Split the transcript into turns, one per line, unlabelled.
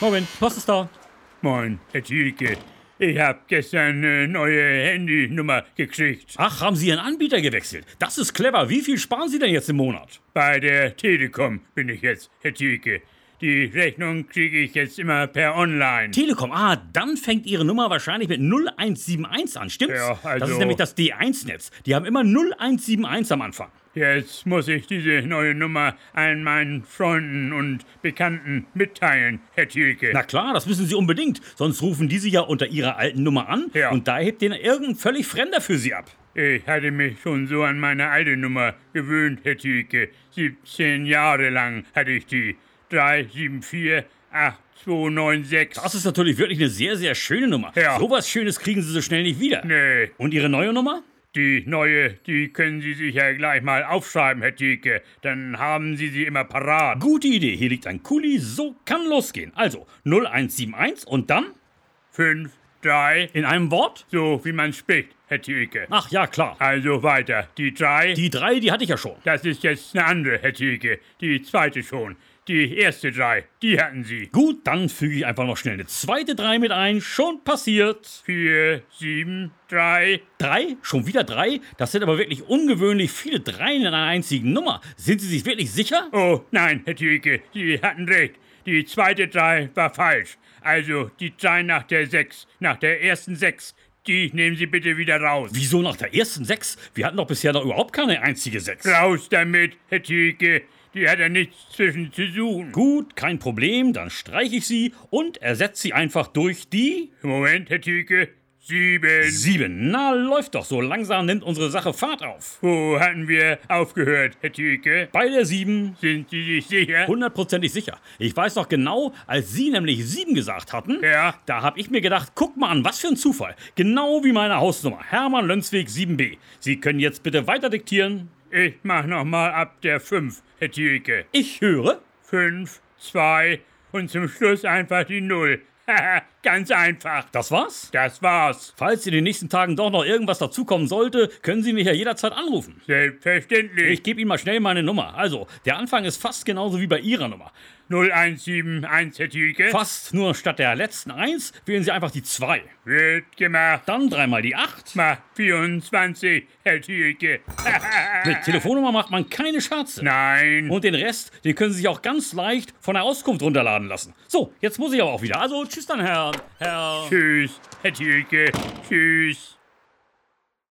Moin, was ist da?
Moin, Herr Zielke. Ich habe gestern eine neue Handynummer gekriegt.
Ach, haben Sie Ihren Anbieter gewechselt? Das ist clever. Wie viel sparen Sie denn jetzt im Monat?
Bei der Telekom bin ich jetzt, Herr Zielke. Die Rechnung kriege ich jetzt immer per Online.
Telekom, ah, dann fängt Ihre Nummer wahrscheinlich mit 0171 an, stimmt's?
Ja, also-
Das ist nämlich das D1-Netz. Die haben immer 0171 am Anfang.
Jetzt muss ich diese neue Nummer allen meinen Freunden und Bekannten mitteilen, Herr Zielke.
Na klar, das müssen Sie unbedingt. Sonst rufen die Sie ja unter Ihrer alten Nummer an
Ja.
und da hebt den irgendein völlig Fremder für Sie ab.
Ich hatte mich schon so an meine alte Nummer gewöhnt, Herr Zielke. 17 Jahre lang hatte ich die. 3748296.
Das ist natürlich wirklich eine sehr, sehr schöne Nummer.
Ja.
Sowas Schönes kriegen Sie so schnell nicht wieder.
Nee,
Und Ihre neue Nummer?
die neue, die können Sie sich ja gleich mal aufschreiben, Herr Zielke. Dann haben Sie sie immer parat.
Gute Idee, hier liegt ein Kuli, so kann losgehen. Also 0171 und dann
5, 3,
in einem Wort?
so wie man spricht, Herr Zielke.
Ach ja, klar.
Also weiter. Die 3.
Die drei, die hatte ich ja schon.
Das ist jetzt eine andere, Herr Zielke. Die zweite schon. Die erste drei, die hatten Sie.
Gut, dann füge ich einfach noch schnell eine zweite drei mit ein. Schon passiert.
Vier, sieben, drei.
Drei? Schon wieder drei? Das sind aber wirklich ungewöhnlich viele Dreien in einer einzigen Nummer. Sind Sie sich wirklich sicher?
Oh, nein, Herr Thielke, Sie hatten recht. Die zweite drei war falsch. Also die drei nach der sechs, nach der ersten sechs, die nehmen Sie bitte wieder raus.
Wieso nach der ersten sechs? Wir hatten doch bisher noch überhaupt keine einzige sechs.
Raus damit, Herr Thielke. Die hat ja nichts zwischen zu suchen.
Gut, kein Problem, dann streiche ich sie und ersetze sie einfach durch die
Moment, Herr Thielke. Sieben.
sieben. Na, läuft doch so. Langsam nimmt unsere Sache Fahrt auf.
Wo hatten wir aufgehört, Herr Thielke?
Bei der sieben
Sind Sie sich sicher?
hundertprozentig sicher. Ich weiß noch genau, als Sie nämlich sieben gesagt hatten,
Ja.
da habe ich mir gedacht, guck mal an, was für ein Zufall. Genau wie meine Hausnummer, Hermann Lönsweg 7b. Sie können jetzt bitte weiter diktieren.
Ich mach nochmal ab der fünf, Herr Thielke.
Ich höre.
Fünf, zwei und zum Schluss einfach die null. Haha, ganz einfach.
Das war's.
Das war's.
Falls in den nächsten Tagen doch noch irgendwas dazukommen sollte, können Sie mich ja jederzeit anrufen.
Selbstverständlich.
Ich gebe Ihnen mal schnell meine Nummer. Also, der Anfang ist fast genauso wie bei Ihrer Nummer.
0171, Herr Thielke.
Fast, nur statt der letzten 1 wählen Sie einfach die 2.
Wird gemacht.
Dann dreimal die 8.
Mal 24, Herr Thielke.
Mit Telefonnummer macht man keine Scherze.
Nein.
Und den Rest, den können Sie sich auch ganz leicht von der Auskunft runterladen lassen. So, jetzt muss ich aber auch wieder. Also, tschüss dann, Herr. Herr.
Tschüss, Herr Thielke. Tschüss.